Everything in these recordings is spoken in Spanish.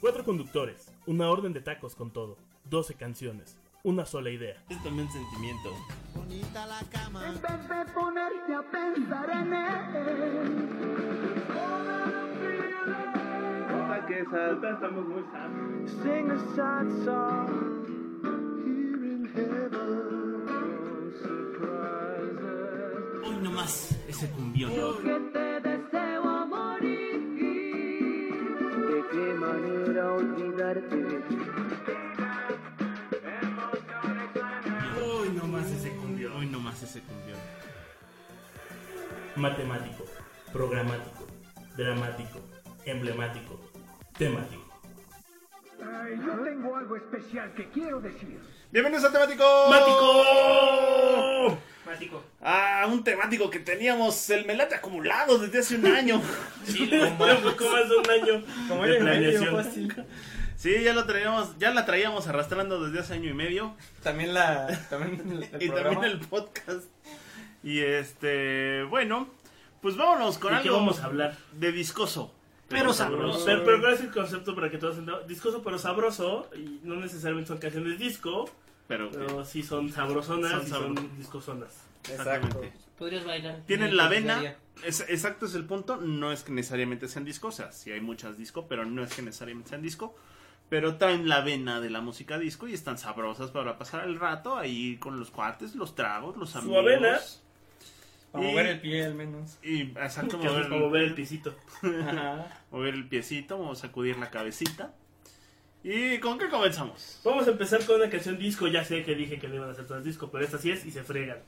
Cuatro conductores, una orden de tacos con todo, 12 canciones, una sola idea. Es también sentimiento. Bonita la En cama. vez de ponerte a pensar en él. que salta, estamos muy sanos. Sing a sad song here in heaven. No surprises. Hoy nomás ese cumbión. Que te deseo a morir. ¿De qué manera olvidarte? Hoy nomás ese cumbión. Hoy nomás ese cumbión. Matemático, programático, dramático, emblemático, temático. Ay, yo tengo algo especial que quiero decir. Bienvenidos a Temático. ¡Mático! Mático. Ah, un temático que teníamos el melate acumulado desde hace un año. Sí, poco más de un año Como de año y medio, planeación. fácil. Sí, ya lo traíamos, ya la traíamos arrastrando desde hace año y medio. También la. También el, el y programa. también el podcast. Y este, bueno, pues vámonos con ¿De qué algo vamos a hablar? de discoso. Pero Pero sabroso. Pero, pero ¿cuál es el concepto para que todos entiendan? Discoso pero sabroso, y no necesariamente son canciones disco, Pero, pero sí son sabrosonas Son y sabros- son discosonas. Exacto. exactamente. Podrías bailar. Tienen la vena. Necesaria. es- exacto es el punto. No es que necesariamente sean discosas. Sí hay muchas disco, pero no es que necesariamente sean disco. Pero traen la vena de la música disco y están sabrosas para pasar el rato ahí con los cuates, los tragos, los amigos. avena. Para mover el pie al menos. Y exacto, Que es mover, como ver el pisito. Ajá. mover el piecito, vamos a sacudir la cabecita. ¿Y con qué comenzamos? Vamos a empezar con una canción disco. Ya sé que dije que no iban a hacer todas disco, pero esta sí es y se fregan.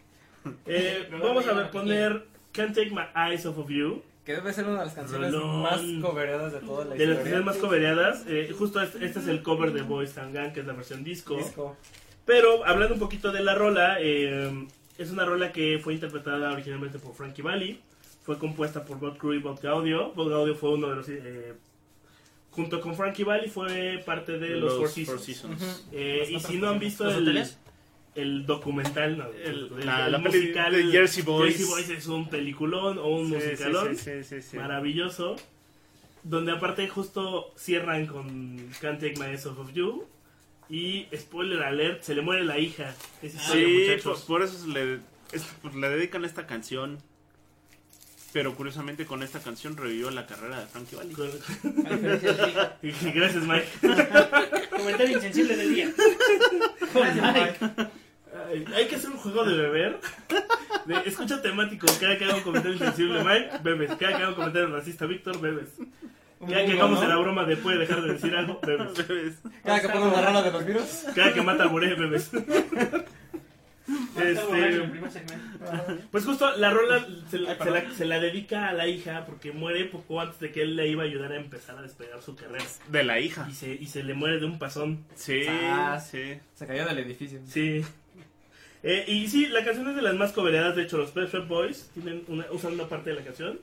Eh, Pero vamos a bueno, ver, poner Can't Take My Eyes Off of You, Que debe ser una de las canciones Rolón. más coveradas de toda la de las historia. canciones más covereadas. Eh, justo este, este es el cover de Boys and Gang, que es la versión disco. Disco. Pero hablando un poquito de la rola, eh, es una rola que fue interpretada originalmente por Frankie Valli. Fue compuesta por Bob Crew y Bob Gaudio. Bob Gaudio fue uno de los. eh, junto con Frankie Valli fue parte de los, Four Seasons. Seasons. Eh, y si no han visto ¿Los el, hoteles? el documental, no, El- el- la- el la peli de Jersey Boys. es un peliculón o un Sí, musicalón sí, sí, sí, sí. maravilloso. Donde aparte justo cierran con Can't Take My Eyes Off of You. Y spoiler alert, se le muere la hija. Es historia, Sí, por, Ah, muchachos. por eso se le, es- pues, le dedican esta canción. Pero curiosamente con esta canción revivió la carrera de Frankie Valli. A diferencia de ti. Gracias, Mike. Comentario insensible del día. Ay, Hay que hacer un juego de beber. De, escucha temático. Cada que haga un comentario insensible, Mike, bebes. Cada que haga un comentario racista, Víctor, bebes. Cada que bingo, hagamos ¿no? en la broma de puede dejar de decir algo, bebes. Cada que pongo una rola de los virus. Cada que mata al Boré, bebes. Este... Este, primer segmento. pues justo la rola se, la- se la, se la dedica a la hija porque muere poco antes de que él le iba a ayudar a empezar a despegar su carrera. De la hija. Y se, y se le muere de un pasón. Sí, Ah. sí. Se cayó del edificio. Sí. Eh, y sí, la canción es de las más covereadas. De hecho, los Pet Shop Boys tienen una, usan una parte de la canción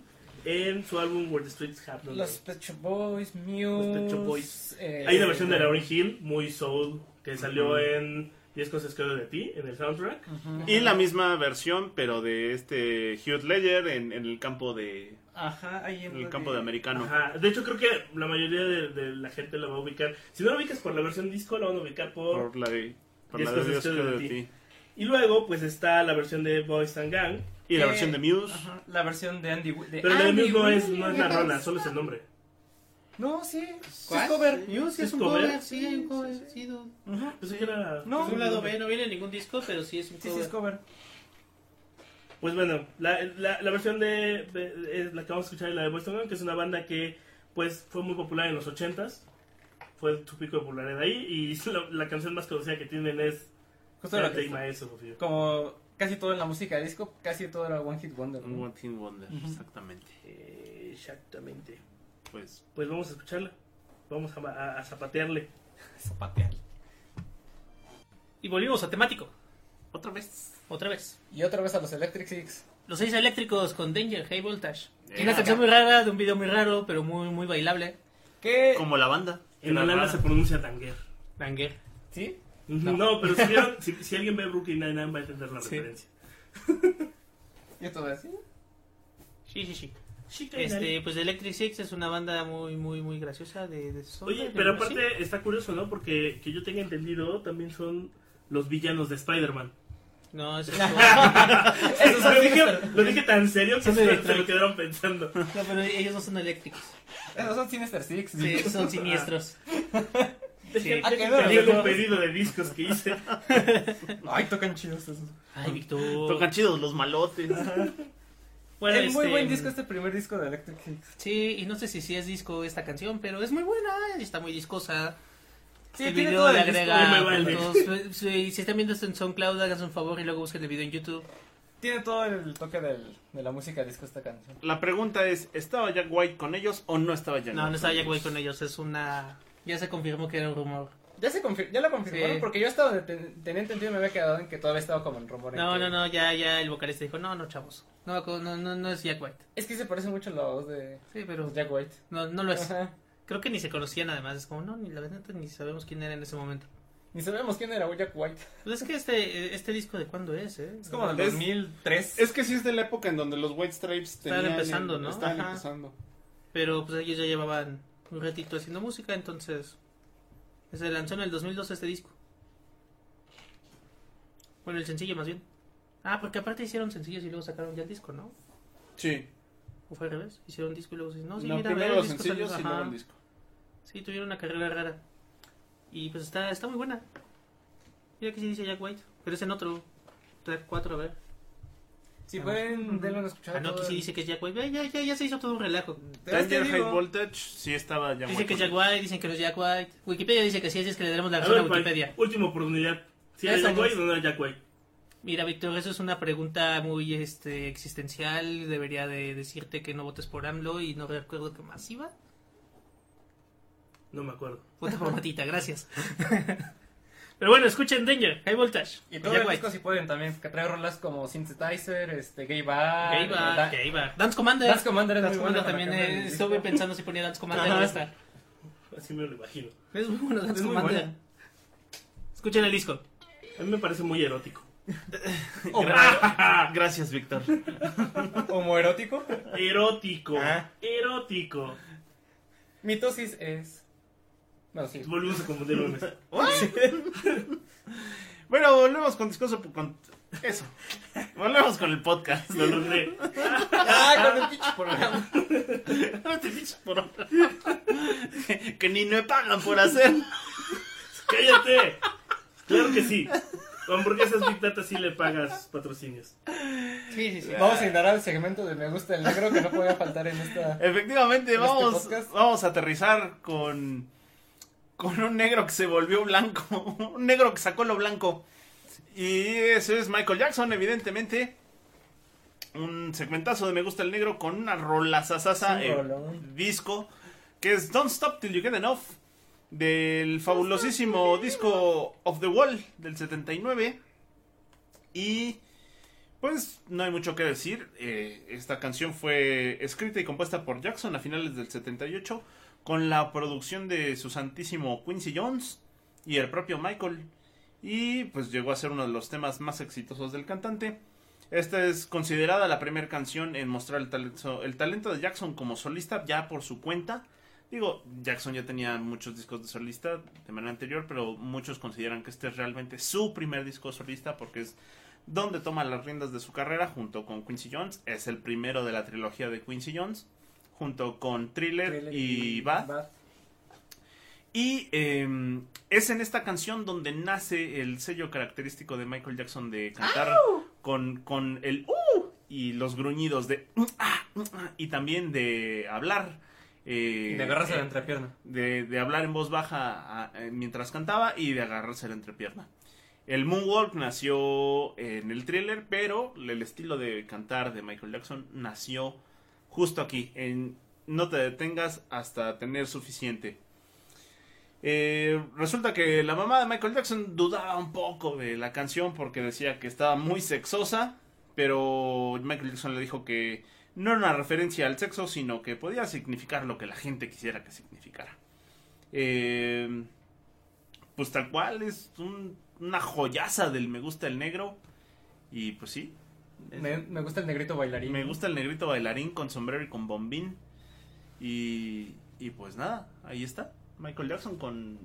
en su álbum Where the Streets Have No Los Name. Pecho Boys, Muse. Los Pet Shop Boys. eh, Hay una versión de Lauryn Hill, muy soul, que salió en 10 cosas que odio de ti, en el soundtrack. Y la misma versión, pero de este Hugh Ledger en, en el campo de Ajá, ahí en en el campo de americano. Ajá. De hecho, creo que la mayoría de, de la gente la va a ubicar. Si no la ubicas por la versión disco, la van a ubicar por... Por la de, por Y la de después Dios este creo de de ti. ti. Y luego, pues está la versión de Boys and Gang. Y la versión de Muse. Ajá, la versión de Andy. Wi- De Pero la de Andy Muse no es, no Williams. es la rola, solo es el nombre. No, sí. ¿Cuál? Sí, cover. Yo sí ¿Es es un cover? cover. Sí, hay un cover. Sí, dude. Ujú. Eso ya Pues era... No. Es un lado B, no viene en ningún disco, pero sí es un Sí, sí, cover. es cover. Pues bueno, la, la, la versión de, de- de- la que vamos a escuchar es la de Boyz II Men, que es una banda que pues fue muy popular en los 80s. Fue su pico de popularidad ahí y la, la canción más conocida que tienen es Justo lo Can't que Take My Eyes Off You. Como casi todo en la música de disco, casi todo era One Hit Wonder. Un ¿no? One Thing Wonder, exactamente. Eh, Exactamente. Pues Pues vamos a escucharla. Vamos a, a- a zapatearle. Zapatear. Y volvimos a temático. otra vez. Otra vez. Y otra vez a los Electric Six. Los seis eléctricos con Danger, Hey Voltage. Eh, una acá. canción muy rara, de un video muy raro, pero muy, muy bailable. ¿Qué? Como la banda. En Holanda se pronuncia Tanger. Danger. ¿Sí? No, pero si, vieron- si, si alguien ve Brooklyn Nine-Nine va a entender la Sí. referencia. Yo todo así. Sí, sí, sí. Chica y Dani. Este, pues Electric Six es una banda muy, muy, muy graciosa de, de soul, Oye, de pero música. aparte está curioso, ¿no? Porque que yo tenga entendido, también son los villanos de Spider-Man. No, es Eso lo, dije, lo dije tan serio que Son de se, Detroit. se lo quedaron pensando. No, pero ellos no son eléctricos. Esos son Sinister Six. Sí, son siniestros. Sí. Dejen- Ah, que dejen no, que llegue no. un pedido de discos que hice. Ah, Ay, tocan chidos esos. Ay, Víctor. Tocan chidos los malotes. Bueno, es muy este, buen disco este primer disco de Electric Six. Sí, y no sé si sí es disco esta canción, pero es muy buena y está muy discosa. Sí, el tiene video todo le el disco. agrega Muy vale. puntos. Sí, pues, si están viendo esto en SoundCloud, háganse un favor y luego busquen el video en YouTube. Tiene todo el toque del, de la música disco esta canción. La pregunta es, ¿estaba Jack White con ellos o no estaba Jack No, White no estaba Jack ellos? White con ellos, es una... Ya se confirmó que era un rumor. Ya se confir- ya lo confirmaron Sí. porque yo estaba de- ten- tenía entendido y me había quedado en que todavía estaba como en rumor. en No, que- no, no, ya, ya el vocalista dijo, no, no, chavos. No, no, no, no es Jack White. Es que se parece mucho a la voz de Sí, pero Jack White. no, no lo es. Ajá. Creo que ni se conocían además, es como, no, ni la verdad ni sabemos quién era en ese momento. Ni sabemos quién era Jack White. Pues es que este, este disco de cuándo es, ¿eh? Es como del Es- 2003. Es que sí es de la época en donde los White Stripes Estaban tenían empezando, el- ¿no? Estaban Ajá. empezando. Pero pues ellos ya llevaban un ratito haciendo música, entonces se lanzó en el 2012 este disco. Bueno, el sencillo más bien. Ah, porque aparte hicieron sencillos y luego sacaron ya el disco, ¿no? Sí. ¿O fue al revés? Hicieron disco y luego... No, sí, no, mira, primero el los disco sencillos salió, y luego ajá. el disco. Sí, tuvieron una carrera rara. Y pues está, está muy buena. Mira que sí dice Jack White, pero es en otro track 4, a ver. Si pueden, denle una escuchada. Ah, no, que todo sí el- dice que es Jack White. Ve, Ya, ya, ya se hizo todo un relajo. Es que Danger High digo- Voltage sí estaba Jack Dicen que es Jack con White, dicen que no es Jack White. Wikipedia dice que sí, así es que le daremos la A razón a, ver, Juan, Wikipedia. última oportunidad. Si era Esa Jack no White es. o no era Jack White. Mira, Víctor, eso es una pregunta muy este, existencial. Debería de decirte que no votes por AMLO y no recuerdo que más iba. No me acuerdo. Vota por Matita, gracias. Pero bueno, escuchen Danger, High Voltage. Y de todo Jack el White. disco si pueden también, que trae rolas como Synthetizer, este, Gay Bar. Que iba, Da- que iba. Dance Commander. Dance Commander es Dance muy buena Commander también. para eh, cambiar el estuve disco. pensando si ponía Dance Commander en Ajá. esta. Así me lo imagino. Es muy bueno Dance Es muy Commander. buena. Escuchen el disco. A mí me parece muy erótico. Oh, Gra- Gracias, Víctor. Homoerótico. Erótico. Ah. Erótico. Mitosis es. No, sí. Volvimos a confundir lunes. Bueno, volvemos con discoso con eso. Volvemos con el podcast. Lo logré. ¡Ah, con el pinche programa! que, que ni me pagan por hacer. ¡Cállate! Claro que sí. Hamburguesas Big Data sí le pagas patrocinios. Sí, sí, sí. Vamos a ignorar el segmento de Me gusta el negro que no podía faltar en esta. Efectivamente, ¿En este vamos, podcast? vamos a aterrizar con, con un negro que se volvió blanco, un negro que sacó lo blanco. Y eso es Michael Jackson, evidentemente. Un segmentazo de Me Gusta el Negro con una rola Es un rolón. disco, que es Don't Stop Till You Get Enough, del fabulosísimo disco Of The Wall del 79. Y pues no hay mucho que decir. eh, esta canción fue escrita y compuesta por Jackson a finales del 78 con la producción de su santísimo Quincy Jones y el propio Michael. Y pues llegó a ser uno de los temas más exitosos del cantante. Esta es considerada la primera canción en mostrar el talento, el talento de Jackson como solista ya por su cuenta. Digo, Jackson ya tenía muchos discos de solista de manera anterior, pero muchos consideran que este es realmente su primer disco solista porque es donde toma las riendas de su carrera junto con Quincy Jones. Es el primero de la trilogía de Quincy Jones, junto con Thriller, y, Bad. Y eh, es en esta canción donde nace el sello característico de Michael Jackson de cantar con, con el "uh" y los gruñidos de "mm, ah, mm, ah", y también de hablar. eh, De agarrarse la eh, entrepierna. de, de hablar en voz baja a- eh, mientras cantaba y de agarrarse la entrepierna. El Moonwalk nació en el thriller, pero el estilo de cantar de Michael Jackson nació justo aquí, en No te detengas hasta tener suficiente. Eh, resulta que la mamá de Michael Jackson dudaba un poco de la canción porque decía que estaba muy sexosa, pero Michael Jackson le dijo que no era una referencia al sexo, sino que podía significar lo que la gente quisiera que significara. Eh, pues tal cual, es un- una joyaza del me gusta el negro. Y pues sí, Es- Me, me gusta el negrito bailarín. Me gusta el negrito bailarín con sombrero y con bombín. Y, y pues nada, ahí está. Michael Jackson con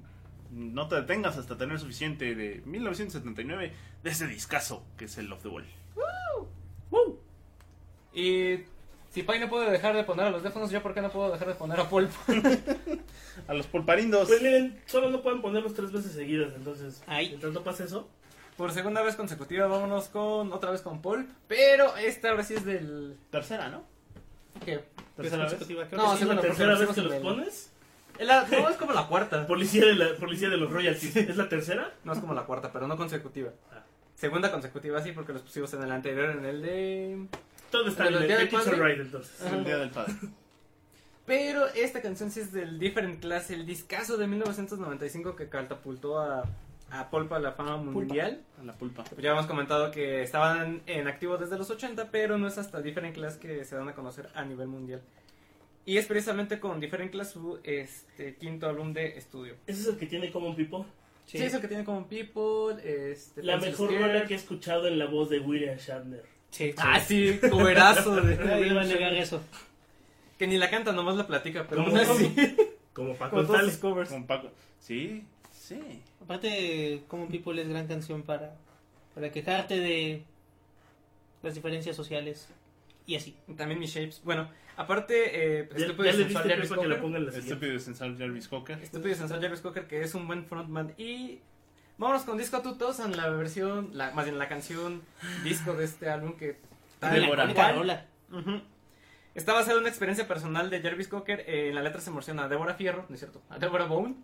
No te detengas hasta tener suficiente de 1979 de ese discazo que es el Love the Wall. ¡Woo! Y si Pai no puede dejar de poner a los teléfonos, yo por qué no puedo dejar de poner a Polpo. A los polparindos. Pues miren, solo no pueden ponerlos tres veces seguidas, entonces. Ay. Mientras no pase eso. Por segunda vez consecutiva, vámonos con otra vez con Polp. Pero esta ahora sí es del. Tercera, ¿no? ¿Qué? Tercera vez. Consecutiva, creo No, que sí. es la bueno, porque tercera lo vez hicimos que en los el- pones. Es la- no, es como la cuarta. Policía de, la, policía de los royalties. ¿Es la tercera? No es como la cuarta, pero no consecutiva. Ah. Segunda consecutiva, sí, porque los pusimos en el anterior, en el de. Todo está Pero bien. el día el del It's padre. alright, entonces. Es el Día del Padre. Pero esta canción sí es del Different Class, el discazo de 1995 que catapultó a, a Polp a la fama mundial. A la pulpa. Pues Ya hemos comentado que estaban en activo desde los 80, pero no es hasta Different Class que se dan a conocer a nivel mundial. Y es precisamente con Different Class su este, quinto álbum de estudio. Ese es el que tiene Common People. Sí, es el que tiene como People, este, La Pencil mejor Scared. rola que he escuchado en la voz de William Shatner. Sí, sí. Ah, sí, coberazo. de- Nadie va a negar eso. que ni la canta, nomás la platica, pero Como, aún así, como Paco con todos Stanley. sus covers. Con Paco. Sí, sí. Aparte, como People es gran canción para, para quejarte de las diferencias sociales y así. También mis shapes. Bueno, aparte, eh, pues, Ya, Estúpido ya le Sensual diste Jarvis tiempo a que la Cocker. pongan la siguiente. Estúpido y sensual Jarvis Cocker. Estúpido Sensual Jarvis Cocker, que es un buen frontman. Y vámonos con Disco to Thousand, la versión, la, más bien la canción disco de este álbum que tal Una Débora. icónica cual. rola. Ujú. Está basada en una experiencia personal de Jarvis Cocker. eh, en la letra se menciona a Débora Fierro, ¿no es cierto? A Débora Bone.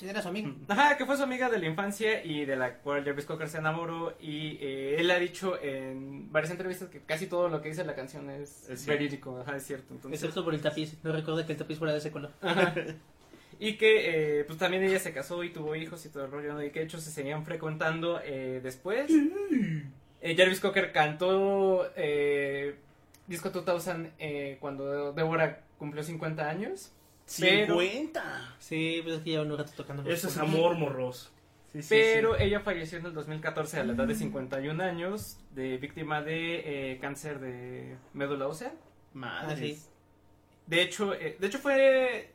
Sí, Era su amigo. Ajá, que fue su amiga de la infancia y de la cual Jarvis Cocker se enamoró. Y eh, él ha dicho en varias entrevistas que casi todo lo que dice la canción es, Es cierto. verídico. Ajá, es cierto. Entonces, Excepto por el tapiz. No recuerdo que el tapiz fuera de ese color. Y que eh, pues también ella se casó y tuvo hijos y todo el rollo, ¿no? y que de hecho se seguían frecuentando eh, después. Eh, Jarvis Cocker cantó eh, Disco 2000 eh, cuando Débora cumplió 50 años. Pero- 50. Sí, pues es que lleva un rato tocando. Ese es amor morros. Sí, Mm. sí, pero ella falleció en el 2014 a la edad de 51 años, de víctima de eh, cáncer de médula ósea. sí. Madres. Ah, sí. De hecho, eh, de hecho fue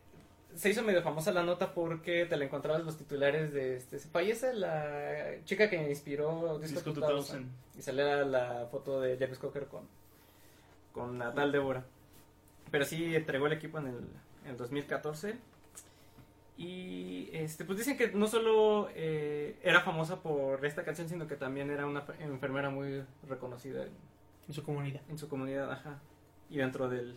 se hizo medio famosa la nota porque te la encontrabas en los titulares de este se fallece la chica que inspiró Disco, Disco 2000. 2000. y salía la foto de Jarvis Cocker con con la tal Débora. Pero sí entregó el equipo en el en el 2014. Y este, pues dicen que no solo eh, era famosa por esta canción, sino que también era una enfermera muy reconocida en, En su comunidad. en su comunidad, ajá, y dentro del,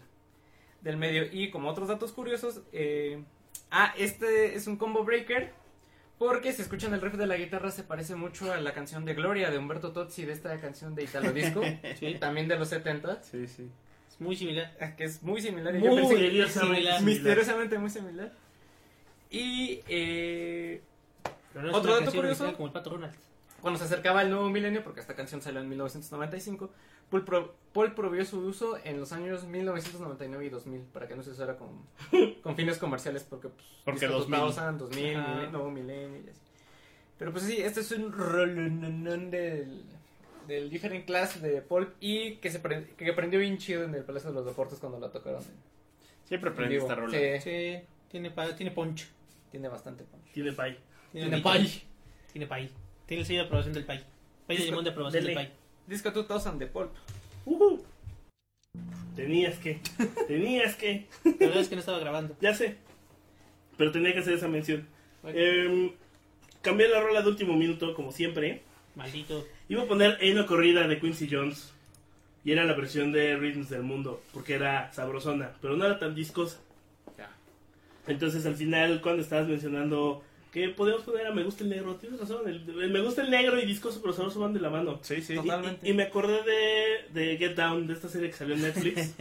del medio. Y como otros datos curiosos, eh, ah, este es un combo breaker, porque si escuchan el riff de la guitarra se parece mucho a la canción de Gloria de Humberto Tozzi, de esta canción de Italo Disco, Sí. también de los 70, Sí, sí. Es muy similar. que es muy similar. y yo pensé- Muy similar. misteriosamente muy similar. Y eh, Pero no es Otro una dato canción curioso. original Como el pato Ronald. Cuando se acercaba el nuevo milenio, porque esta canción salió en 1995, Paul, pro- Paul prohibió su uso en los años 1999 y 2000 para que no se usara con, con fines comerciales, porque pues, Porque discos 2000. 2000, 2000 Ajá. milen- nuevo milenio y así. Pero pues sí, este es un rolononón del, del Different Class de Paul y que se pre- que aprendió bien chido en el Palacio de los Deportes cuando la tocaron. en Siempre aprendí vivo. esta rola. Sí, Sí, Eh, tiene, pa- tiene punch. tiene bastante punch. Tiene pay. Tiene brillo. pay. Tiene pay. Tiene el sello de aprobación del pay. Pay de Disco- limón de aprobación dele. del pay. Disco 2000 de Paul. Ujú. Tenías que. Tenías que. La verdad es que no estaba grabando. Ya sé. Pero tenía que hacer esa mención. Ok. Em, cambié la rola de último minuto, como siempre. Maldito. Iba a poner Eno Corrida de Quincy Jones. Y era la versión de Rhythms del Mundo. Porque era sabrosona. Pero no era tan discosa. Ya. Entonces al final, cuando estabas mencionando que podemos poner a Me gusta el negro, tienes razón. El, el Me gusta el negro y discoso pero sabroso van de la mano. Sí, sí. Y- Totalmente. Y, y me acordé de, de Get Down, de esta serie que salió en Netflix.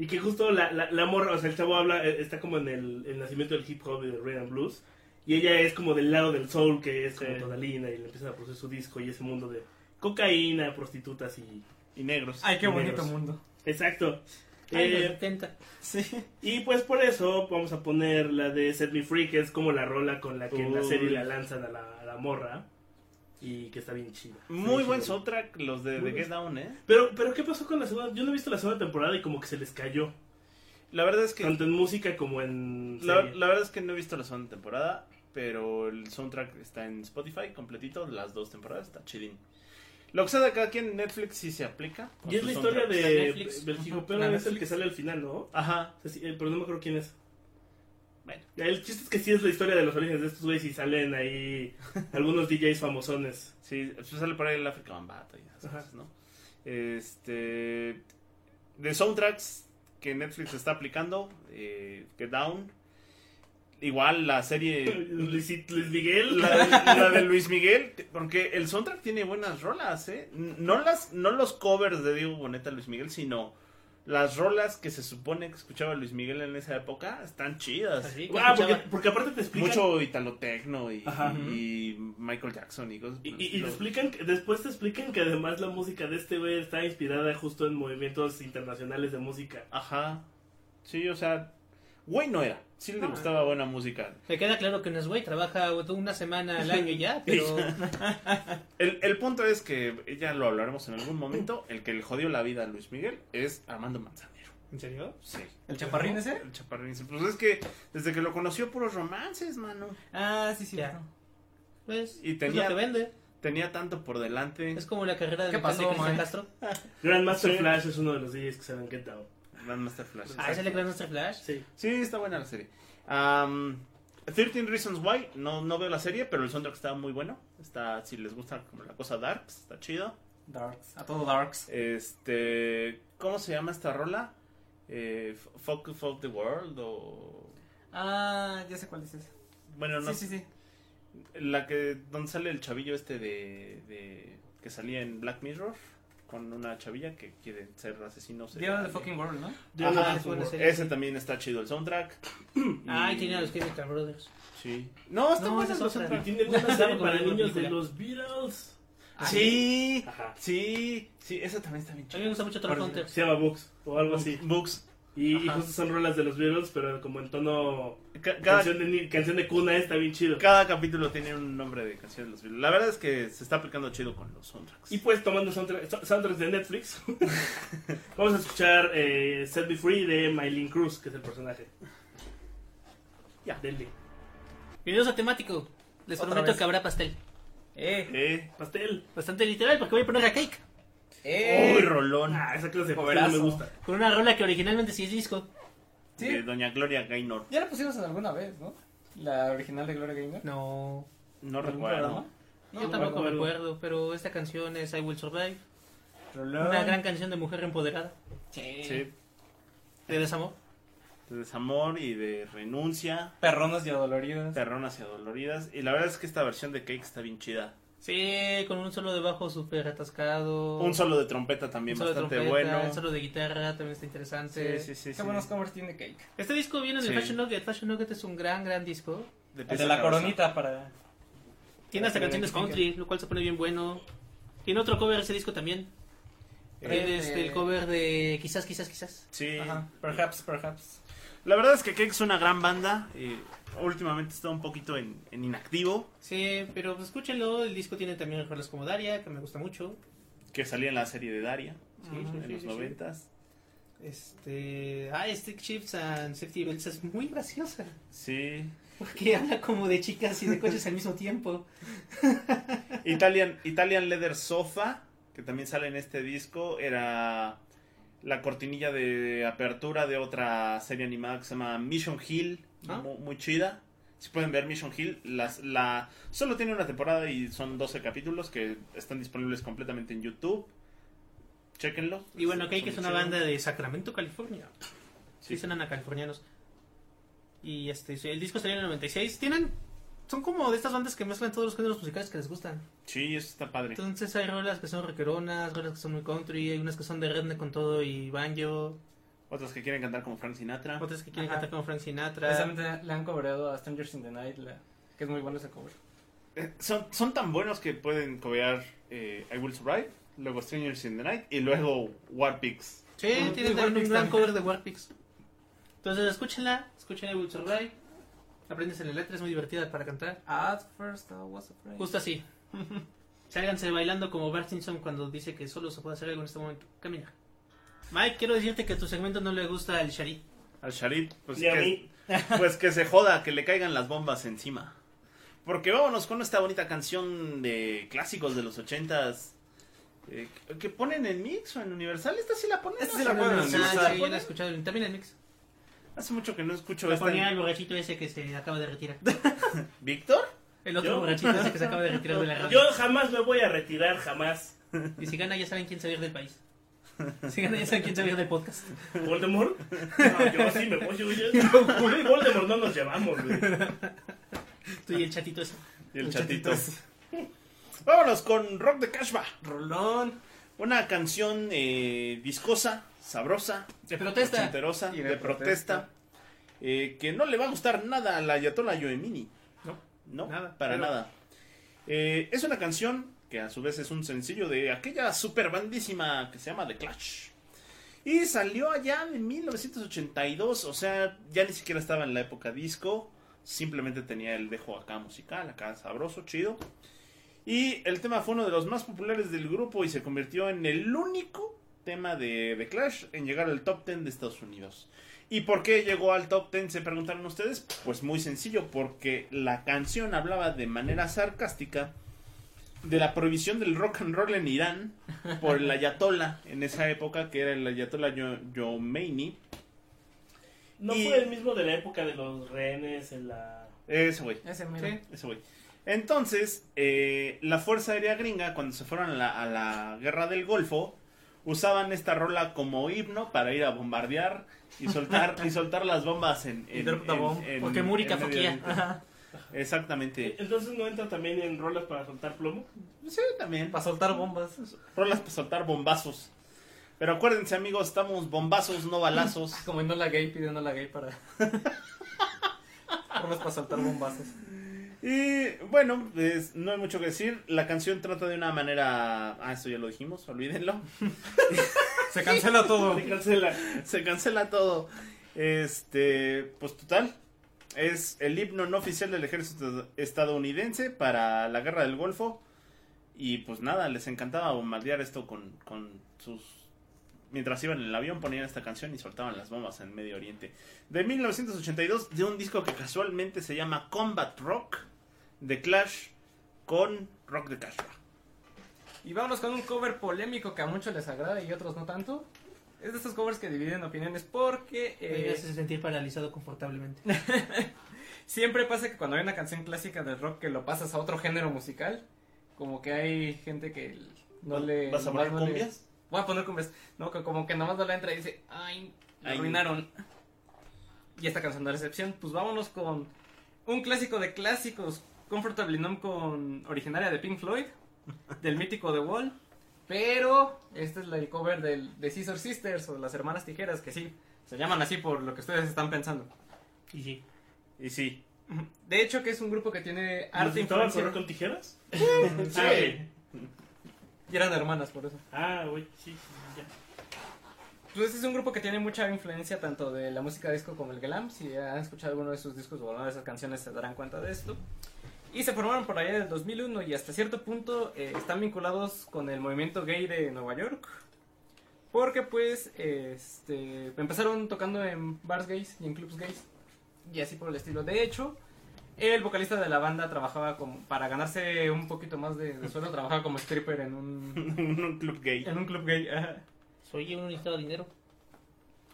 y que justo la, la, la morra, o sea, el chavo habla, eh, está como en el, el nacimiento del hip hop y del rhythm and blues. Y ella es como del lado del soul, que es como Sí. Tonalina, y le empiezan a producir su disco y ese mundo de cocaína, prostitutas y. Y negros. Ay, qué bonito Negros. mundo. Exacto. Ay, Eh, los 70. Sí. y pues por eso vamos a poner la de Set Me Free, que es como la rola con la que en la Uy. serie la lanzan a la, a la morra. y que está bien chida. Muy Sí, buen sí. soundtrack los de, de Get Down, ¿eh? Pero, pero ¿qué pasó con la segunda? Yo no he visto la segunda temporada y como que se les cayó. La verdad es que Tanto en música como en... La, serie. la verdad es que no he visto la segunda temporada, pero el soundtrack está en Spotify completito, las dos temporadas, está chidín. Lo que sea de acá aquí en Netflix sí se aplica. con Y es su la historia soundtrack. La de Netflix. Belchico, Ajá. pero La es el Netflix. que sale al final, ¿no? Ajá, O sea, sí, eh, pero no me acuerdo quién es. bueno. El chiste es que sí es la historia de los orígenes de estos güeyes y salen ahí algunos DJs famosones. Sí, pues sale por ahí el África Bambata y esas Ajá. cosas, ¿no? Este... De soundtracks que Netflix está aplicando, eh, Get Down. Igual la serie... Luis, Luis Miguel. La, la de Luis Miguel, porque el soundtrack tiene buenas rolas, ¿eh? No, las, no los covers de Diego Boneta Luis Miguel, sino las rolas que se supone que escuchaba Luis Miguel en esa época están chidas. Así que Ah, porque, escuchaba. porque aparte te explican... Mucho italotecno y, Ajá. y Michael Jackson y cosas. Y, por y- el y te estilo. explican, que- después te explican que además la música de este güey está inspirada justo en movimientos internacionales de música. Ajá. Sí, o sea, güey no era. Sí le gustaba buena música. Me queda claro que no es güey, trabaja una semana al año y ya, pero El, el punto es que, ya lo hablaremos en algún momento, el que le jodió la vida a Luis Miguel es Armando Manzanero. ¿En serio? Sí. ¿El chaparrín ese? El chaparrín dice, Pues es que desde que lo conoció, puros romances, mano. Ah, sí, sí. Ya. pues, Y es tenía- lo que vende. Tenía tanto por delante. Es como la carrera de ¿Qué metal pasó, de Cristian man? Castro. Grandmaster Sí. Flash es uno de los DJs que se ven Get Down. Grandmaster este Flash. Ah, ese le creó nuestro Flash. Sí. Sí, está buena la serie. Am, 13 Reasons Why. No, no veo la serie, pero el soundtrack está muy bueno. Está, si les gusta como la cosa dark, pues, está chido. Darks. A todo Darks. Este. ¿Cómo se llama esta rola? Eh, F- Fuck of the World o. Ah, ya sé cuál es ese. Bueno, no Sí, sí, sí. La que. Donde sale el chavillo este de. de- que salía en Black Mirror. Con una chavilla que quiere ser asesino. Dieron serial. el fucking world, ¿no? Yo no Ajá, sé cómo- buena serie. ese también está chido el soundtrack. Ah, Y- y tiene a los Chemical Brothers. Sí. No, está No, bueno esa es el otra. Y soundtrack. tiene una serie para Como la niños de película. los Beatles. Sí, Ajá. sí, sí, esa también está bien A mí me chida. gusta mucho Troll Hunter. Se llama Books o algo así. Books. Y, y Ajá. justo son rolas de los Beatles, pero como en tono. Ca- Cada, Canción de, ni- canción de cuna está bien chido. cada capítulo tiene un nombre de canción de los Beatles. La verdad es que se está aplicando chido con los soundtracks. Y pues tomando soundtra- so- soundtracks de Netflix, vamos a escuchar eh, Set Me Free de Mylene Cruz, que es el personaje. Ya. Denle. Videos a temático. Les Otra prometo vez. que habrá pastel. Eh, Eh, Pastel. Bastante literal, porque voy a poner a Cake. eh. uy, rolón. Ah, esa clase de pastel no Coverazo. me gusta. Con una rola que originalmente sí es disco. De Sí. Doña Gloria Gaynor. Ya la pusimos en alguna vez, ¿no? La original de Gloria Gaynor. No. No ¿Algún recuerdo. programa? Yo no tampoco me recuerdo. acuerdo, pero esta canción es I Will Survive. Rolón. Una gran canción de mujer empoderada. Sí. Sí, De desamor. de desamor y de renuncia. Perronas y adoloridas. Terronas y adoloridas. Y la verdad es que esta versión de Cake está bien chida. Sí, con un solo de bajo súper atascado. Un solo de trompeta también Oh. Un solo de bastante trompeta, Un bueno. solo de guitarra también está interesante. Sí, sí, sí. Qué sí. buenos covers tiene Cake. Este disco viene del Sí. Fashion Nugget. Fashion Nugget es un gran, gran disco. De, El pies de a la cabeza. coronita para. Tiene hasta Para que canciones identifiquen. country, lo cual se pone bien bueno. Tiene otro cover ese disco también. Tiene Eh, este, el cover de Quizás, quizás, quizás. Sí. Ajá. Perhaps, perhaps. La verdad es que Cake es una gran banda. eh, últimamente está un poquito en, en inactivo. Sí, pero pues, escúchenlo. El disco tiene también rolas como Daria, que me gusta mucho. Que salía en la serie de Daria Sí, en sí, sí, los sí. noventas. Este. Ah, Stick Shifts and Safety Belts es muy graciosa. Sí. Porque habla como de chicas y de coches al mismo tiempo. Italian, Italian Leather Sofa, que también sale en este disco, era la cortinilla de apertura de otra serie animada que se llama Mission Hill. Ah. mu- Muy, chida. Si pueden ver Mission Hill, las, la, solo tiene una temporada y son 12 capítulos que están disponibles completamente en YouTube. Chequenlo. Y bueno, Cake es una banda de... de Sacramento, California. Sí, suenan a californianos. Y este, el disco salió en el 96. Tienen. Son como de estas bandas que mezclan todos los géneros musicales que les gustan. Sí, eso está padre. Entonces hay rolas que son requeronas, rolas que son muy country, hay unas que son de redneck con todo y banjo, Otros que quieren cantar como Frank Sinatra. otras que quieren Ajá. cantar como Frank Sinatra. Precisamente le han cobrado a Strangers in the Night, la- que es muy bueno ese cover. Eh, Son, son tan buenos que pueden cobear eh, I Will Survive, luego Strangers in the Night y luego War Pigs. Sí, Ujú. tiene Y también Warpix un gran también. cover de Warpix. Entonces escúchenla, escúchenla Will Survive. Aprendes la letra, es muy divertida para cantar. At first I was afraid. Justo así. Sálganse bailando como Bart Simpson cuando dice que solo se puede hacer algo en este momento. Camina. Mike, quiero decirte que a tu segmento no le gusta el Shari. Al Sharit, pues Ni a que, mí. pues que se joda, que le caigan las bombas encima. Porque vámonos con esta bonita canción de clásicos de los ochentas. eh, que ponen en Mix o en Universal. Esta Este sí la ponen. Esta ¿no? sí la ponen en Ah, sí, Universal. ¿La yo ponen? la he escuchado. en- También en Mix. Hace mucho que no escucho La esta. ponía el borrachito ese que se acaba de retirar. ¿Víctor? El otro ¿Yo? borrachito ese que se acaba de retirar de la radio. Yo jamás me voy a retirar, jamás. Y si gana, ya saben quién se va a ir del país. Si gana, ya saben quién se va a ir del podcast. ¿Voldemort? No, yo sí me voy. Yo, yo- Julio y Voldemort no nos llevamos, güey. Tú y el chatito ese. Y el, chatito. Vámonos con Rock de Cashba. Rolón. Una canción eh, discosa, sabrosa, De protesta. ochenterosa, Y de, de protesta. eh, que no le va a gustar nada a la Ayatollah Yoemini. No. No, Nada, para pero- nada. Eh, es una canción que a su vez es un sencillo de aquella super bandísima que se llama The Clash. Y salió allá en 1982, o sea, ya ni siquiera estaba en la época disco, simplemente tenía el dejo acá musical, acá sabroso, chido. Y el tema fue uno de los más populares del grupo y se convirtió en el único tema de The Clash en llegar al top 10 de Estados Unidos. ¿Y por qué llegó al top 10? Se preguntaron ustedes. Pues muy sencillo, porque la canción hablaba de manera sarcástica de la prohibición del rock and roll en Irán por el ayatollah en esa época, que era el ayatollah Yo- Yomeini. ¿No Y- fue el mismo de la época de los rehenes en la... Ese güey. Ese mero. Ese güey. Entonces, eh, la Fuerza Aérea Gringa, cuando se fueron a la, a la Guerra del Golfo, usaban esta rola como himno para ir a bombardear y soltar, y soltar las bombas en... en- Y drop the en- bomb. en- Porque Múrica en Medio foquea. Oriente. Eh, Exactamente. Entonces no entra también en rolas para soltar plomo. Sí, también. Para soltar bombas. Rolas para soltar bombazos. Pero acuérdense, amigos, estamos bombazos, no balazos. Como en no la gay pidiendo la gay para. Rolas para soltar bombazos. Y bueno, pues, no hay mucho que decir. La canción trata de una manera... Ah, eso ya lo dijimos, olvídenlo. Se cancela todo. Se cancela. se cancela todo. Este, pues total. Es el himno no oficial del ejército estadounidense para la guerra del Golfo. Y pues nada, les encantaba bombardear esto con, con sus... Mientras iban en el avión ponían esta canción y soltaban las bombas en Medio Oriente. De 1982, de un disco que casualmente se llama Combat Rock, de Clash, con Rock de Clash. Y vámonos con un cover polémico que a muchos les agrada y otros no tanto. Es de estos covers que dividen opiniones porque eh, Me hace sentir paralizado confortablemente. siempre pasa que cuando hay una canción clásica del rock que lo pasas a otro género musical, como que hay gente que no le... ¿Vas a nomás poner no le- cumbias? Voy a poner cumbias. No, que como que nomás no la entra y dice, ay, la Ay. arruinaron. Y esta canción no es la excepción. Pues vámonos con un clásico de clásicos, Comfortably Numb con originaria de Pink Floyd, del mítico The Wall. Pero esta es la de cover del, de Scissor Sisters o de las Hermanas Tijeras, que sí, se llaman así por lo que ustedes están pensando. Y sí. Y sí. De hecho, que es un grupo que tiene ¿Estaba arte influencia. correr con tijeras? Sí. Ah, ok. Y eran hermanas, por eso. Ah, güey, sí, sí, sí, ya. Entonces Pues este es un grupo que tiene mucha influencia tanto de la música disco como el glam. Si han escuchado alguno de sus discos o alguna de esas canciones se darán cuenta de esto. Y se formaron por allá del 2001 y hasta cierto punto eh, están vinculados con el movimiento gay de Nueva York. Porque pues este, empezaron tocando en bars gays y en clubs gays. Y así por el estilo. De hecho, el vocalista de la banda trabajaba como, para ganarse un poquito más de, de sueldo, trabajaba como stripper en un, un club gay. en un club gay. ajá. Soy un necesitado de dinero.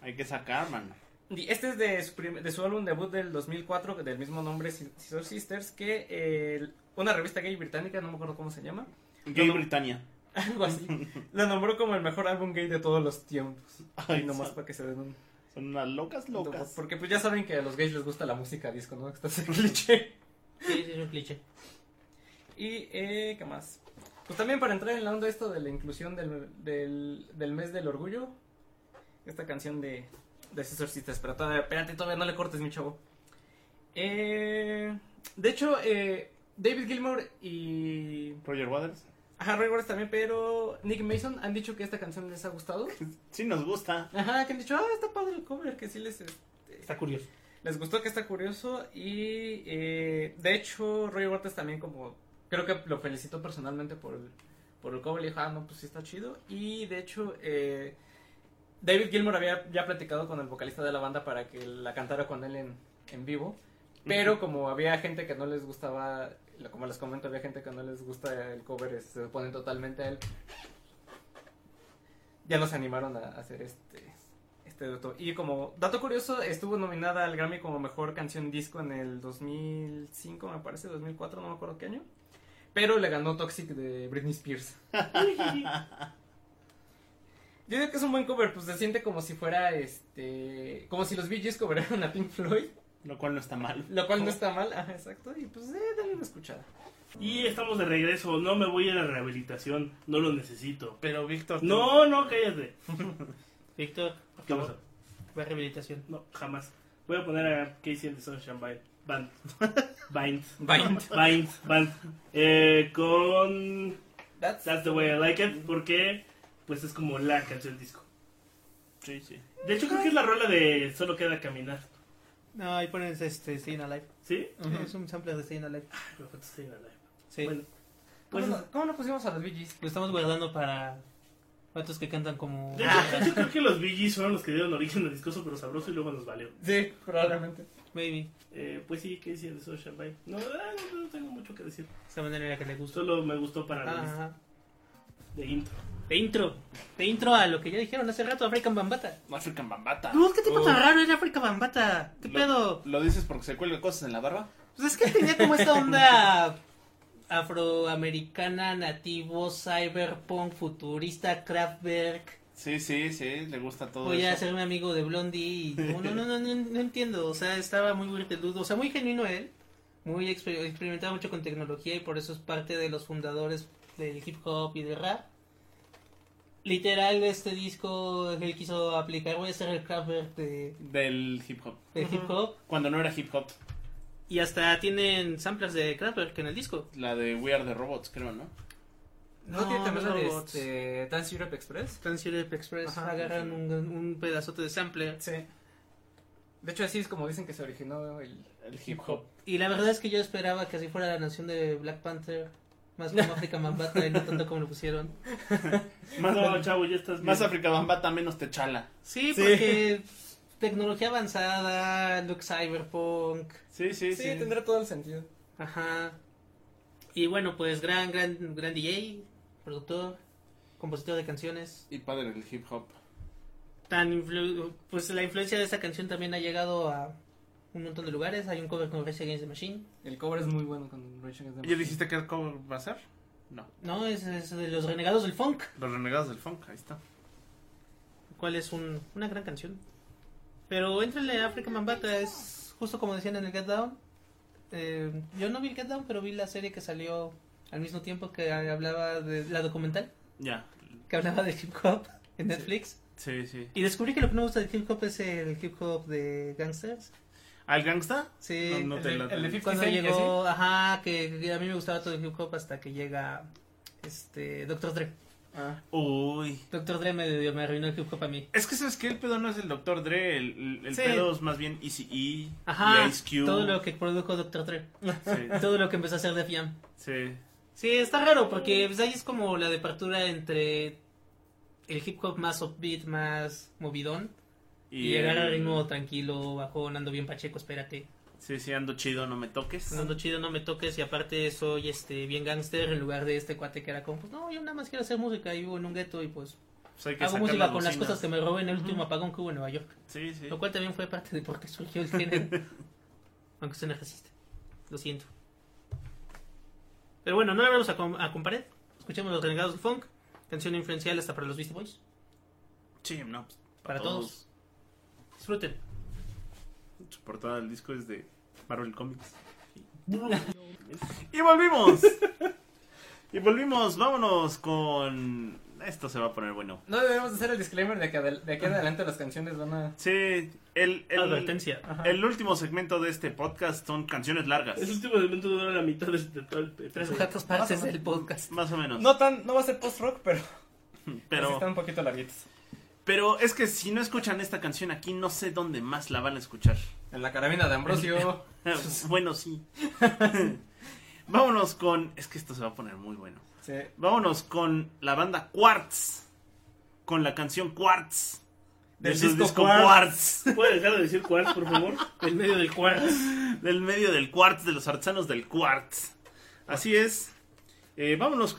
Hay que sacar, mano. Y Este es de su, prim- de su álbum debut del 2004, del mismo nombre, Si- Scissor Sisters, que eh, una revista gay británica, no me acuerdo cómo se llama, Gay No, no. Britannia. algo así, la nombró como el mejor álbum gay de todos los tiempos. Ay, Ay, nomás son- para que se den un... Son unas locas, locas. Porque pues ya saben que a los gays les gusta la música disco, ¿no? Está ese cliché. Sí, sí, es un cliché. Y, eh, ¿qué más? Pues también para entrar en la onda esto de la inclusión del, del, del mes del orgullo, esta canción de, de Scissor Sisters, pero todavía, espérate, todavía no le cortes, mi chavo. Eh, de hecho, eh, David Gilmour y Roger Waters. ajá, Roy Waters también, pero Nick Mason han dicho que esta canción les ha gustado. Sí nos gusta. Ajá, que han dicho, ah, está padre el cover, que sí les... este, Está curioso. les gustó que está curioso y eh, de hecho Roy Waters también como creo que lo felicitó personalmente por el, por el cover. Le dijo, ah, no, pues sí está chido. Y de hecho, eh, David Gilmour había ya platicado con el vocalista de la banda para que la cantara con él en, en vivo. Pero como había gente que no les gustaba, lo- como les comento, había gente que no les gusta el cover, es- se oponen totalmente a él. Ya los animaron a hacer este, este dato. Y como dato curioso, estuvo nominada al Grammy como mejor canción disco en el 2005, me parece, 2004, no me acuerdo qué año. Pero le ganó Toxic de Britney Spears. Yo digo que es un buen cover, pues se siente como si fuera este. Como si los Bee Gees cobraran a Pink Floyd. Lo cual no está mal. Lo cual no está mal, ajá, exacto. Y pues, eh, dale una escuchada. Y estamos de regreso. No me voy a la rehabilitación. No lo necesito. Pero Víctor. No, no, cállate. Víctor, por ¿Qué favor, pasa? ve a rehabilitación. No, jamás. Voy a poner a Casey and the Sunshine Band. Band. Bind. Bind. Bind. Band. Eh, con That's- That's the way I like it. Porque pues es como la canción del disco. Sí, sí. De hecho, creo que es la rola de Solo queda caminar. No, ahí pones este, Staying Alive. ¿Sí? Es un sample de Staying Alive. Me falta Staying Alive. Sí. Bueno, ¿Cómo, pues no- cómo no pusimos a los Bee Gees? Lo estamos guardando para vatos que cantan como. de hecho, de hecho, creo que los Bee Gees fueron los que dieron origen al discoso pero sabroso y luego nos valió. Sí, probablemente. Maybe. Eh, pues sí, Casey and the Sunshine Band. No, ah, no, no tengo mucho que decir. Esa manera en la que le gustó. Solo me gustó para la lista Ajá. de intro. De intro. De intro a lo que ya dijeron hace rato, African Bambata. African Bambata. Dude, ¿qué tipo Oh. tan raro era African Bambata? ¿Qué pedo? ¿Lo dices porque se cuelga cosas en la barba? Pues es que tenía como esta onda afroamericana, nativo, cyberpunk, futurista, Kraftwerk. Sí, sí, sí, le gusta todo Voy a eso. hacerme amigo de Blondie. y como, no, no, no, no, no entiendo. O sea, estaba muy dudo O sea, muy genuino él. Muy exper- experimentaba mucho con tecnología y por eso es parte de los fundadores del hip hop y del rap. Literal, este disco él quiso aplicar. Voy a ser el Kraftwerk de, Del hip hop. de hip hop. Cuando no era hip hop, Y hasta tienen samplers de Kraftwerk en el disco. la de We Are the Robots, creo, ¿no? ¿No, tiene también la de robots. este, Dance Europe Express? Trans Europe Express Ajá, agarran sí. un, un pedazote de sampler. Sí. De hecho, así es como dicen que se originó el... El hip hop. Y la verdad es que yo esperaba que así fuera la nación de Black Panther. Más como África Mambata y no tanto como lo pusieron. Más, No, chavo, ya estás bien. más African Bambata, menos Techala. Sí, porque tecnología avanzada, look cyberpunk. Sí, sí, Sí, tendrá todo el sentido. Ajá. Y bueno, pues gran, gran, gran DJ, productor, compositor de canciones. Y padre del hip hop. tan influ- pues la influencia de esta canción también ha llegado a un montón de lugares. Hay un cover con Rage Against the Machine. El cover es muy bueno con Rage Against the ¿Ya Machine. dijiste que cómo va a ser? No. No, es, es de los renegados del funk. Los renegados del funk, ahí está. Cuál es un- una gran canción. Pero éntrale a Africa Mambata, es justo como decían en el Get Down. Eh, yo no vi el Get Down, pero vi la serie que salió al mismo tiempo que hablaba de la documental, Ya. que hablaba de hip hop en Netflix. Sí, sí. Y descubrí que lo que no me gusta del hip hop es el hip hop de gangsters. ¿Al gangsta? Sí, No, no te el- late. el de Fifty Cuando Cent, llegó, ajá, que, que a mí me gustaba todo el hip hop hasta que llega este Dr. Dre. Ah, Uy. Dr. Dre me, me arruinó el hip hop a mí. Es que sabes que el pedo no es el Dr. Dre, el, el- el Sí. pedo es más bien Easy E Ajá, y Ice Cube. todo lo que produjo Dr. Dre, Sí, todo lo que empezó a hacer Def Jam. sí. Sí, está raro porque pues, ahí es como la departura entre el hip hop más upbeat, más movidón y, llegar al el- ritmo tranquilo, bajón, ando bien pacheco, espérate. Sí, sí, ando chido, no me toques. Ando chido, no me toques y aparte soy este bien gangster en lugar de este cuate que era como, pues no, yo nada más quiero hacer música, y vivo en un gueto y pues Pues hay que Hago sacar música las con las bocinas. cosas que me robé en el último apagón que hubo en Nueva York. Sí, sí. Lo cual también fue parte de por qué surgió el género. Aunque usted no resiste. Lo siento. Pero bueno, no le vamos a, com- a comparar. Escuchemos Los Renegados del Funk. Canción influencial hasta para los Beastie Boys. Sí, no, pues, Para todos. Disfruten. Su portada del disco es de Marvel Comics. y volvimos. y volvimos, vámonos con... Esto se va a poner bueno. No debemos hacer el disclaimer de que adel- de aquí en adelante las canciones van a... Sí, el... el... Advertencia. El último segmento de este podcast son canciones largas. El último elemento dura la mitad de, de todo el Tres episodio. o cuatro partes del podcast. Más o menos. No tan, no va a ser post-rock, pero, pero... pero, están un poquito larguitos. pero es que si no escuchan esta canción aquí, no sé dónde más la van a escuchar. En la carabina de Ambrosio. bueno, sí. Ah, Vámonos con. Es que esto se va a poner muy bueno. Sí. Vámonos con la banda Quartz. Con la canción Quartz. Del De su disco disco Quartz. Quartz. ¿Puede dejar de decir quartz, por favor? En medio del cuarto. Del medio del Quartz, de los artesanos del Quartz. Así es. Eh, vámonos.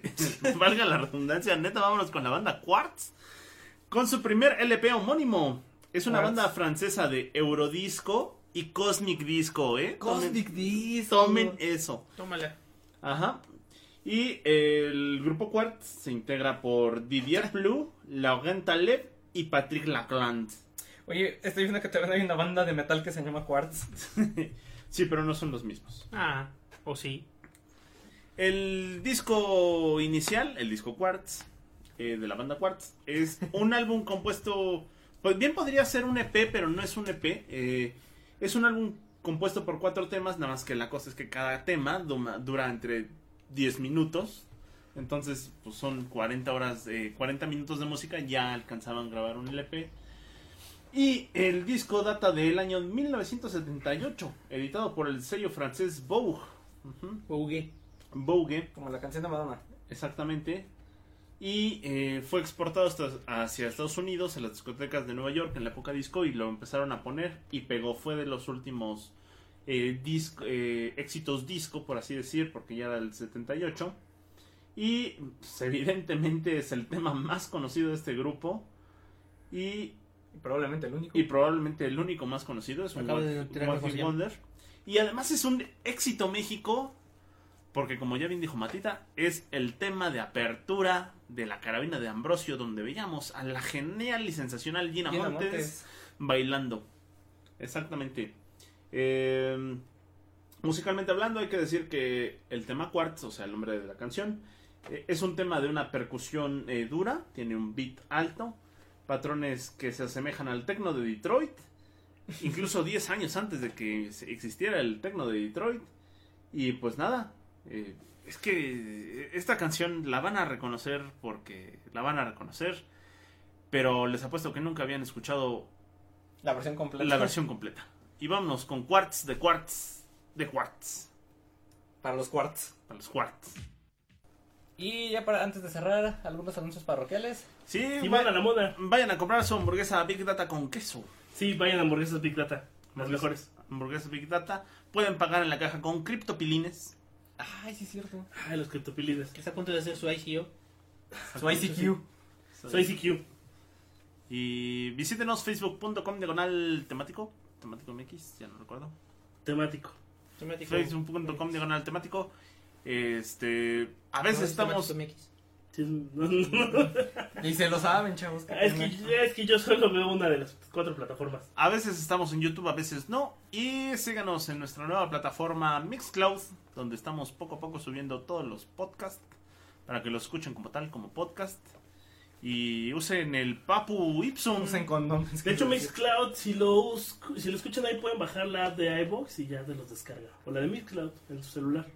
valga la redundancia, neta, vámonos con la banda Quartz. Con su primer LP homónimo. Es una Quartz. banda francesa de Eurodisco y Cosmic Disco, ¿eh? Cosmic Disco. Tomen, tomen eso. Tómala. Ajá. Y el grupo Quartz se integra por Didier Blue, Laurent Taleb y Patrick Lacland. Oye, estoy viendo que también hay una banda de metal que se llama Quartz. Sí, pero no son los mismos. Ah, o sí. El disco inicial, el disco Quartz, eh, de la banda Quartz, es un álbum compuesto. Pues bien podría ser un EP, pero no es un EP. eh, es un álbum compuesto por cuatro temas, nada más que la cosa es que cada tema duma- dura entre 10 minutos. Entonces, pues son 40 horas, eh, 40 minutos de música, ya alcanzaban a grabar un LP. Y el disco data del año 1978, editado por el sello francés Vogue. Ujú. Bougue. Vogue, Como la canción de Madonna. exactamente. Y eh, fue exportado hasta, hacia Estados Unidos en las discotecas de Nueva York en la época disco y lo empezaron a poner y pegó. Fue de los últimos eh, disco- eh, éxitos disco, por así decir, porque ya era del 78. Y pues, evidentemente es el tema más conocido de este grupo. Y Y probablemente el único. y probablemente el único más conocido es un Acabo de One- tirar One mejor Hit ya. Wonder. Y además es un éxito México, porque como ya bien dijo Matita, es el tema de apertura de la carabina de Ambrosio, donde veíamos a la genial y sensacional Gina, Gina Montes, Montes. bailando. Exactamente. Eh, musicalmente hablando, hay que decir que el tema Quartz, o sea, el nombre de la canción, eh, es un tema de una percusión eh, dura, tiene un beat alto, patrones que se asemejan al techno de Detroit, incluso 10 años antes de que se- existiera el techno de Detroit. Y pues nada, eh, es que eh, esta canción la van a reconocer porque la van a reconocer, pero les apuesto que nunca habían escuchado La versión completa. la versión completa. Y vámonos con Quartz de Quartz de Quartz, Para los Quartz. para los Quartz. Y ya para antes de cerrar, algunos anuncios parroquiales. Sí, Y va- van a la moda. Vayan a comprar su hamburguesa Big Data con queso. Sí, vayan a hamburguesas Big Data. Las mejores. Hamburguesas Big Data. Pueden pagar en la caja con criptopilines. Ay, sí es cierto. Ay, los criptopilides. Que está a punto de hacer su ICO. Su ICQ. Soy CQ. Y visítenos facebook.com diagonal temático. Temático MX, ya no recuerdo. Temático. Facebook.com Pues, diagonal temático. Este. A veces estamos. Sí, no, no, no. Y se lo saben, chavos. que Es, tienen- que, es que yo solo veo una de las cuatro plataformas. A veces estamos en YouTube, a veces no. Y síganos en nuestra nueva plataforma Mixcloud, donde estamos poco a poco subiendo todos los podcasts para que los escuchen como tal, como podcast. Y usen el Papu Ipsum. Usen condones. De hecho, Mixcloud, si lo, us- si lo escuchan ahí, pueden bajar la app de iBox y ya te los descarga. O la de Mixcloud en su celular.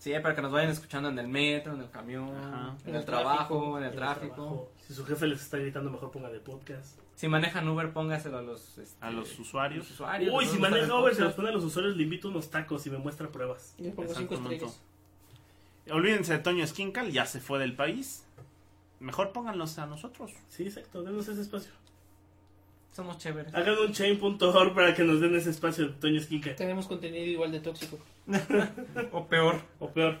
Sí, para que nos vayan escuchando en el metro, en el camión, Ajá. en el trabajo, en el En tráfico. trabajo. Si su jefe les está gritando, mejor ponga de podcast. Si manejan Uber, póngaselo a los, este, A los usuarios. los usuarios, Uy, ¿no? si Los maneja usuarios. Uber, se los pone a los usuarios, le invito unos tacos y me muestra pruebas. Yo pongo Exacto, cinco un estrellas. Olvídense de Toño Esquincal, ya se fue del país. Mejor pónganlos a nosotros. Sí, exacto, denos ese espacio. Somos chéveres. Hagan un chain.org para que nos den ese espacio de Toño Esquinca. Tenemos contenido igual de tóxico. O peor. O peor.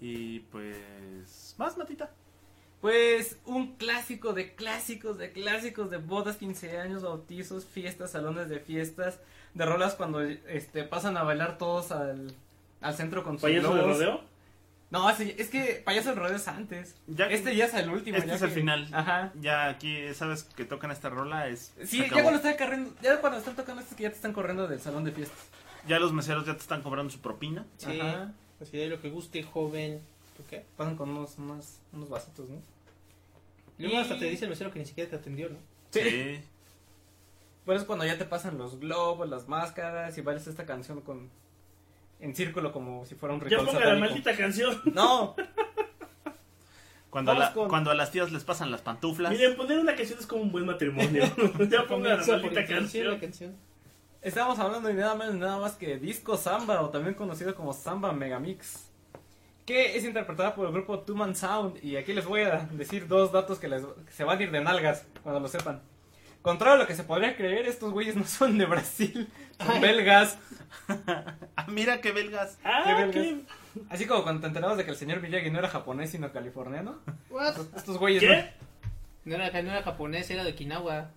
Y pues. Más, Matita. Pues un clásico de clásicos, de clásicos, de bodas, 15 años, bautizos, fiestas, salones de fiestas, de rolas cuando este, pasan a bailar todos al, al centro con sus ¿Payaso de globos. rodeo? No, sí, es que payaso de rodeo es antes. Ya- este ya es el último. este ya es el que- final. Ajá. Ya aquí, sabes que tocan esta rola. Es, se Sí, ya acabó. cuando, están corriendo, ya cuando están tocando esto que ya te están corriendo del salón de fiestas. Ya los meseros ya te están cobrando su propina. Sí. Ajá. Así de lo que guste, joven. ¿Tú qué? Pasan con unos, unos, unos vasitos, ¿no? Luego Y- hasta te dice el mesero que ni siquiera te atendió, ¿no? sí. Pero es cuando ya te pasan los globos, las máscaras y bailas esta canción con en círculo como si fuera un Ya ritual ponga la satánico. maldita canción. No, Cuando a, Vamos la- con- cuando a las tías les pasan las pantuflas. Miren, poner una canción es como un buen matrimonio. ya ponga la Comienza por maldita infancia canción. La canción. Estábamos hablando de nada menos nada más que Disco Samba, o también conocido como Samba Megamix, que es interpretada por el grupo Two Man Sound. Y aquí les voy a decir dos datos que, les, que se van a ir de nalgas cuando lo sepan. Contrario a lo que se podría creer, estos güeyes no son de Brasil, son Ay. belgas. Ah, mira qué belgas. Ah, Qué qué. Así como cuando te enterabas de que el señor Miyagi no era japonés sino californiano, What? estos güeyes no. ¿Qué? No era, no era japonés, era de Okinawa.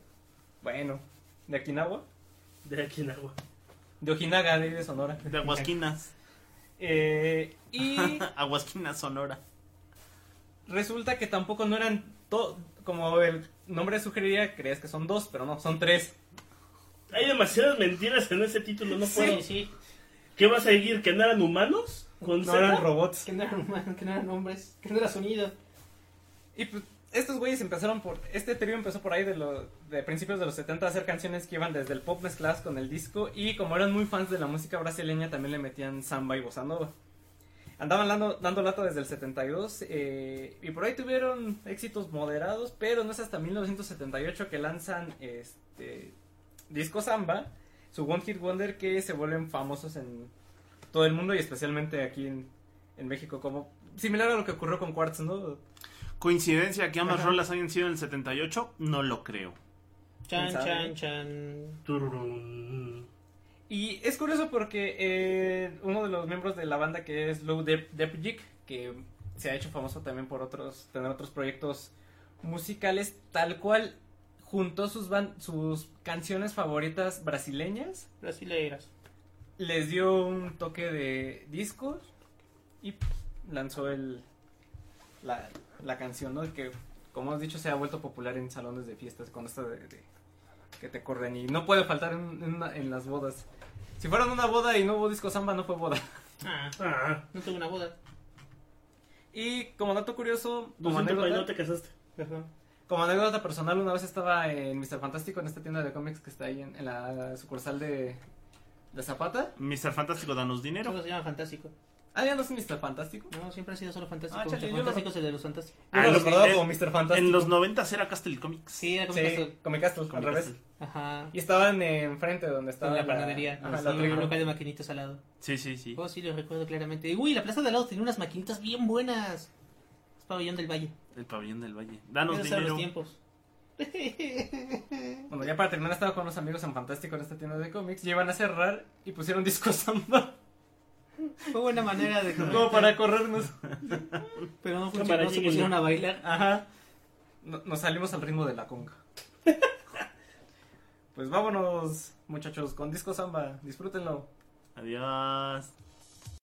Bueno, de Okinawa, De aquí en agua. de Ojinaga, de ahí de Sonora. De Aguasquinas. Eh, y Aguasquinas, Sonora. resulta que tampoco no eran to- como el nombre sugeriría, creías que son dos, pero no, son tres. Hay demasiadas mentiras en ese título, no puedo. Sí, sí. ¿Qué va a seguir? ¿Que no eran humanos? ¿Con No Z? eran robots. Que no eran humanos, que no eran hombres, que no era sonido. Y pues estos güeyes empezaron por este trío empezó por ahí de los de principios de los 70 a hacer canciones que iban desde el pop mezcladas con el disco y como eran muy fans de la música brasileña también le metían samba y bossa nova. Andaban dando, dando lata desde el 72 eh, y por ahí tuvieron éxitos moderados, pero no es hasta 1978 que lanzan este disco samba, su One Hit Wonder que se vuelven famosos en todo el mundo y especialmente aquí en, en México como similar a lo que ocurrió con Quartz, ¿no? Coincidencia que ambas Ajá. rolas hayan sido en el 78, no lo creo. Chan, ¿Quién sabe? chan, chan. Tururum. Y es curioso porque eh, uno de los miembros de la banda que es Lou Dep Depjik, que se ha hecho famoso también por otros tener otros proyectos musicales, tal cual juntó sus, ban- sus canciones favoritas brasileñas, Brasileiras. les dio un toque de disco y lanzó el, la, la canción, ¿no? Que, como has dicho, se ha vuelto popular en salones de fiestas con esta de, de- que te corren y no puede faltar en, en una- en las bodas. Si fueron una boda y no hubo disco samba, no fue boda. Ah, Ah, no tuve una boda. Y como dato curioso, lo como siento, pero no anécdota, te casaste. Ajá. Como como anécdota personal, una vez estaba en Mr. Fantástico, en esta tienda de cómics que está ahí en, en la sucursal de, de Zapata. Mr. Fantástico, danos dinero. Solo se llama Fantástico. Ah, ya no es Mr. Fantástico. No, siempre ha sido solo Fantástico. Ah, chale, Mr. yo lo- Fantástico es el de los fantásticos. Yo Ah, lo los- recordaba en- como Mr. Fantástico. En los 90 era Castle Comics. Sí, era como Sí, que eso- Comic Castle, al Comic revés. Castle. Ajá. Y estaban enfrente donde En estaba la panadería. ajá, Sí, la un tribu. local de maquinitas al lado. Sí, sí, sí. Oh, sí, lo recuerdo claramente. Y, Uy, la plaza de al lado tenía unas maquinitas bien buenas. Es pabellón del valle. El pabellón del valle. Danos Esos eran dinero. los tiempos. Bueno, ya para terminar estaba con unos amigos en Fantástico en esta tienda de cómics. Llevan a cerrar y pusieron disco samba Fue buena manera de como para corrernos. Pero Cámara, no funcionó, se lleguen. pusieron a bailar. Ajá. No- nos salimos al ritmo de la conga. Pues vámonos, muchachos, con disco samba. Disfrútenlo. Adiós.